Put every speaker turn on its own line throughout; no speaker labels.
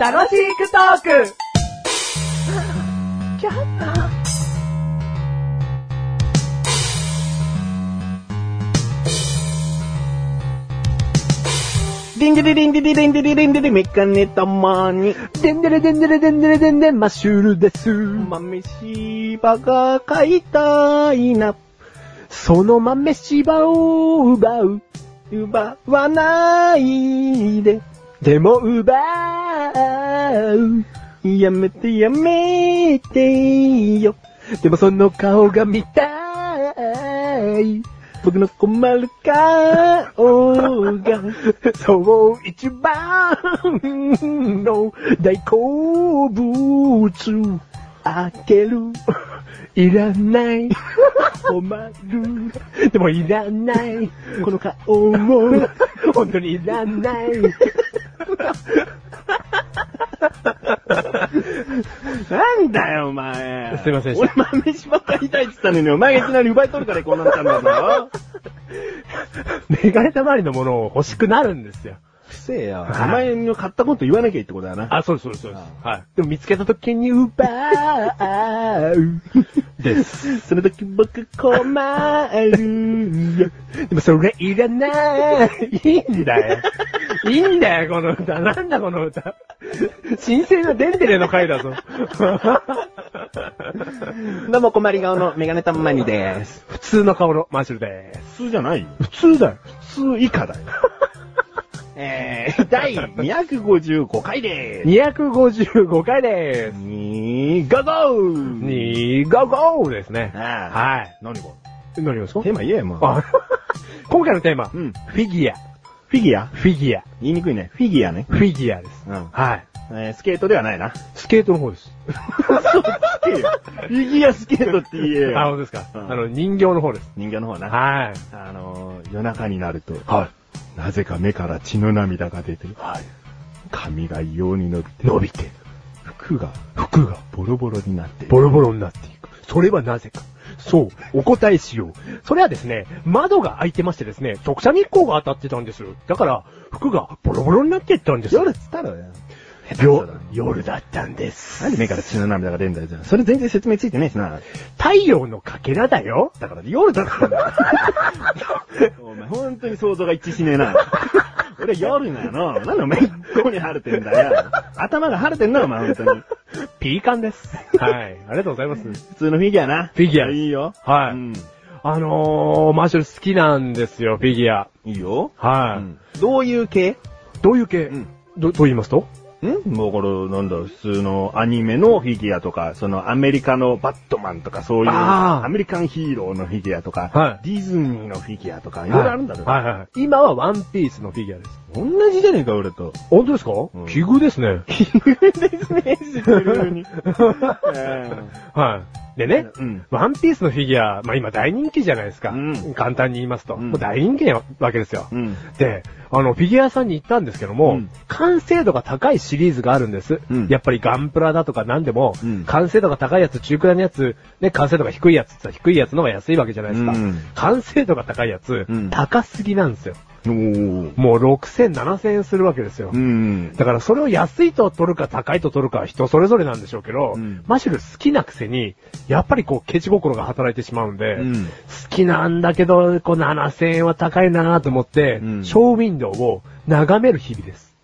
楽しくトーク
ビンデビビンデビビンデビビンデビメカネたまに。
でんでれでんでれでんでれでんでん、マッシュルです。
豆柴が買いたいな。
その豆芝を奪う。
奪わないで。
でも奪う。
やめてやめてよ。
でもその顔が見たい。
僕の困る顔が。
そう一番の大好物。
開ける。
いらない。困る。でもいらない。この顔も、本当にいらない。
なんだよ、お前。
すいません
俺豆柴買いたいって言ったのに、お前がいきなり奪い取るからこうなったんだぞ。
メガネたまりのものを欲しくなるんですよ。
くせえよ。お前の買ったこと言わなきゃいいってことだな。
あ、そうです、そうです、そうです。はい。でも見つけた時に奪う。
です。その時僕困るよ。
でもそれいらない。いいんだよ。いいんだよ、この歌。なんだ、この歌。新鮮なデンデレの回だぞ。
どうも困り顔のメガネたまにです。
普通の顔のマッシュルでーす。
普通じゃないよ。
普通だよ。
普通以下だよ。えー、第255回でーす。
255回でーす。
にー、ゴーゴー
にーがごーですね。
ああ
はい。
何こ
何ですか
れテーマ言えよ、もう。
あ 今回のテーマ、
うん
フィギュア。
フィギュア
フィギュア。
言いにくいね。フィギュアね。
フィギュアです。
うん
はい。
えースケートではないな。
スケートの方です。
そう、フィギュアスケートって言え
あ、
よ。
本当ですか。
うん
あの、人形の方です。
人形の方な。
はい。
あのー、夜中になると、
は
なぜか目から血の涙が出て、
い。はい。
髪が異様に伸びて、
伸びて、
服が
服が
ボロボロになって、
ボロボロになっていく。それはなぜか。そう、お答えしよう。それはですね、窓が開いてましてですね、直射日光が当たってたんです。だから、服がボロボロになっていったんです。
夜っつったろよ。
よ夜だったんです。
なんで目から血の涙が出るんだよ、じゃあ。それ全然説明ついてねえしな。
太陽のかけらだよ。
だから夜だったんだ。お前、本当に想像が一致しねえな。俺夜なの。なんでお前、ここに晴れてんだよ。頭が晴れてんな、お前、本当に。
ピーカンです。はい。ありがとうございます。
普通のフィギュアな。
フィギュア
いいよ。。
はいう
ん。
あのー、マーシャル好きなんですよ、フィギュア。
いいよ。
はい。
うんどういう系
どういう系、
うん
ど、どう言いますと
んだから、なんだ、普通のアニメのフィギュアとか、そのアメリカのバットマンとか、そういう、
あー
アメリカンヒーローのフィギュアとか、
は
ディズニーのフィギュアとか、いろいろあるんだろ、
はいはいはい。今はワンピースのフィギュアです。
同じじゃねえか、俺と。
本当ですか、
ん
奇遇ですね。 はい。でね、
うん
ワンピースのフィギュア、まあ今大人気じゃないですか。
うん
簡単に言いますと。
うん
もう大人気なわけですよ。
うん。
で、あの、フィギュアさんに行ったんですけども、
うん
完成度が高いシリーズがあるんです。
うん
やっぱりガンプラだとか何でも、
うん
完成度が高いやつ、中くらいのやつ、ね、完成度が低いやつって言ったら低いやつの方が安いわけじゃないですか。
うん
完成度が高いやつ、
うん
高すぎなんですよ。
おー。
もう6000、7000円するわけですよ。
うん。
だからそれを安いと取るか高いと取るかは人それぞれなんでしょうけど、
うん
マシュル好きなくせに、やっぱりこうケチ心が働いてしまうんで、
うん
好きなんだけど、こう7000円は高いなと思って、
うん
ショーウィンドウを眺める日々です。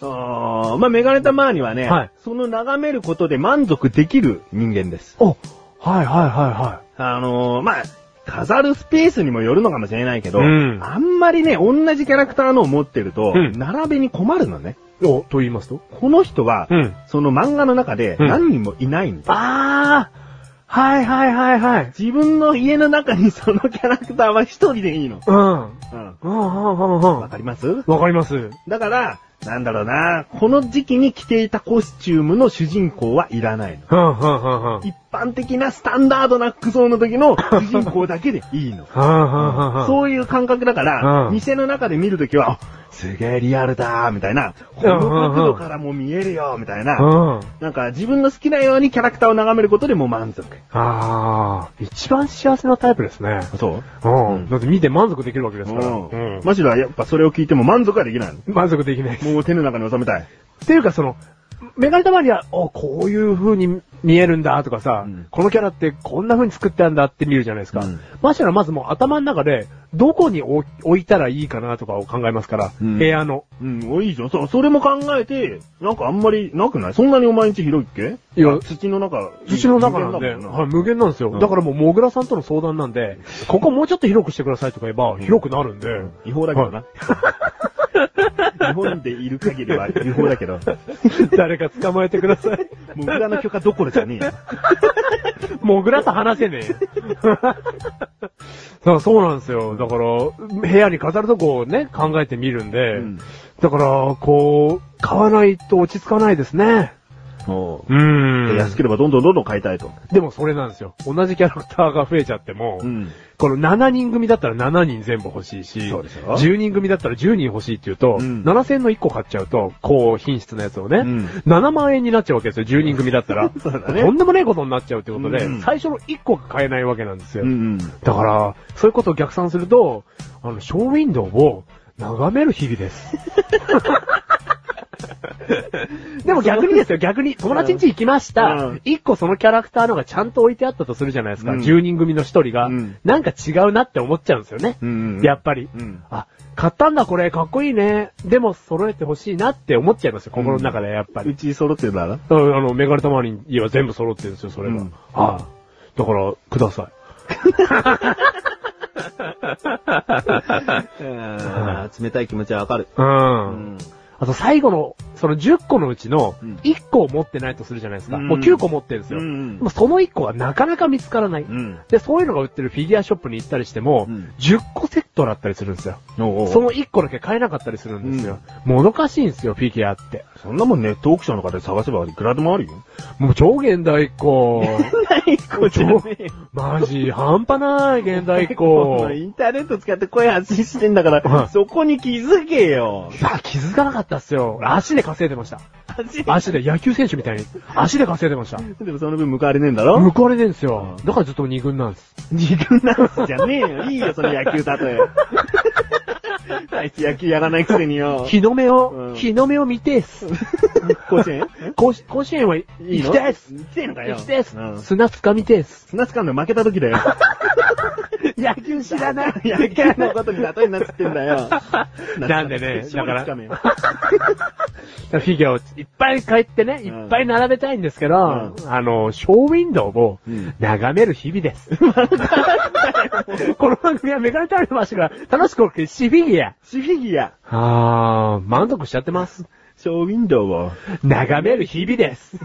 あーまあ、メガネたまーにはね、
はい
その眺めることで満足できる人間です。
おはいはいは
あのー、まあ、飾るスペースにもよるのかもしれないけど、
うん
あんまりね、同じキャラクターのを持ってると、
うん
並べに困るのね。
いはい。お、と言いますと
この人は、
うん
その漫画の中で
うん
何人もいないんだ。
あーはいはいはいはい。
自分の家の中にそのキャラクターは一人でいいの。
うん。うん
うん。
うんうんうん。
わかります
わかります。
だから、なんだろうな、この時期に着ていたコスチュームの主人公はいらないの。
はんはんはんはん。
一般的なスタンダードな服装の時の主人公だけで いいの。
はんはんはんはん。
そういう感覚だから、
うん
店の中で見るときは、あすげえリアルだー、みたいな。この角度からも見えるよ、みたいな。
うん。
なんか自分の好きなようにキャラクターを眺めることでもう満足。
あー、一番幸せなタイプですね。
そ
う
う
ん。
うん
だって見て満足できるわけですから。
うん。マシュルはやっぱそれを聞いても満足はできないの。
満足できないです。
もう手の中に収めたい。
っていうかその、メガネたまには、おこういう風に見えるんだとかさ、
うん
このキャラってこんな風に作ったんだって見るじゃないですか。
うん
マシュラはまずもう頭の中で、どこに置置いたらいいかなとかを考えますから、
うん
部屋の。
うん、おいいじゃん。そう、それも考えて、なんかあんまりなくないそんなにお前んち広いっけ
いや
あ土の中。
土の中なんで、
人間だも
はい、無限なんですよ。
うん
だからもう、モグラさんとの相談なん で、ここもうちょっと広くしてくださいとか言えば、広くなるんで、
違法だけどな。日本でいる 限りは違法だけど。も
誰か捕まえてください。
う裏の許可どころじゃねえよ。
モグラと話せねえよ。 だからそうなんですよ。だから、部屋に飾るとこをね、考えてみるんで、
うん
だから、こう、買わないと落ち着かないですね。
も
う
う
ーん。
安ければどんどんどんどん買いたいと。
でもそれなんですよ。同じキャラクターが増えちゃっても、
ん。
この7人組だったら7人全部欲しいし、
そうでしょ
10人組だったら10人欲しいっていうと、
うん
7000の1個買っちゃうと、高品質のやつをね、
うん
7万円になっちゃうわけですよ、10人組だったら。
そうだね
とんでもねえことになっちゃうってことで、
うん
最初の1個が買えないわけなんですよ。
うん。
だから、そういうことを逆算すると、あの、ショーウィンドウを眺める日々 です。でも逆にですよ、逆に、友達ん家行きました
うん。
一、個そのキャラクターのがちゃんと置いてあったとするじゃないですか。
うん
10人組の一人が、
うん
なんか違うなって思っちゃうんですよね。
うん。
やっぱり。
うん。
あ、買ったんだこれ、かっこいいね。でも揃えてほしいなって思っちゃいますよ、心の中でやっぱり。
うち揃ってるだろ
うんあの、メガネたまりには全部揃ってるんですよ、それが。
うん
はい、だから、ください。
冷たい気持ちはわかる。う
うん。。あと最後の、その10個のうちの
うん
1個を持ってないとするじゃないですか。
うん
もう9個持ってるんです
う
よ。
ん
でも。その1個はなかなか見つからない。
うん。
で、そういうのが売ってるフィギュアショップに行ったりしても、
うん
10個セットだったりするんですよ。
おうおう
その1個だけ買えなかったりするんですよ。もどかしいんですよ、フィギュアって。
そんなもんネットオークションの方で探せばいくらでもあるよ。
もう超現代っ子。
ないこ
じゃねマジ、半端ない現代っ子。
インターネット使って声発信してんだから、
うん
そこに気づけよ。
さあ、気づかなかったっすよ。足で稼いでました。
で
足で、野球選手みたいに、足で稼いでました。
もその分報われねえんだろ
報われてるんですよ。だからずっと二軍なん です。
自分なんすじゃねえよ。いいよ、その野球例え。あいつ野球やらないくせによ。
日の目
う
を、
ん
日の目を見てえっす。
甲子園
甲 子甲子園はい
い
行
の
きたいっす。
行きたいのかよ。
行きたいっす
うん。
砂掴みてえっ す。
砂つかんの負けた時だよ。
野球知らない。
野球のことに例えになっちゃってんだよ。
なんで ね
だから。
だフィギュアをいっぱい買ってね、
ん
いっぱい並べたいんですけど、
うん
あの、ショーウィンドウを
うん
眺める日々 です。この番組はメガネタルの場所が楽しくお送りしフィギュア。
シフィギュア、
あー、満足しちゃってます。
ショーウィンドウを。
眺める日々です。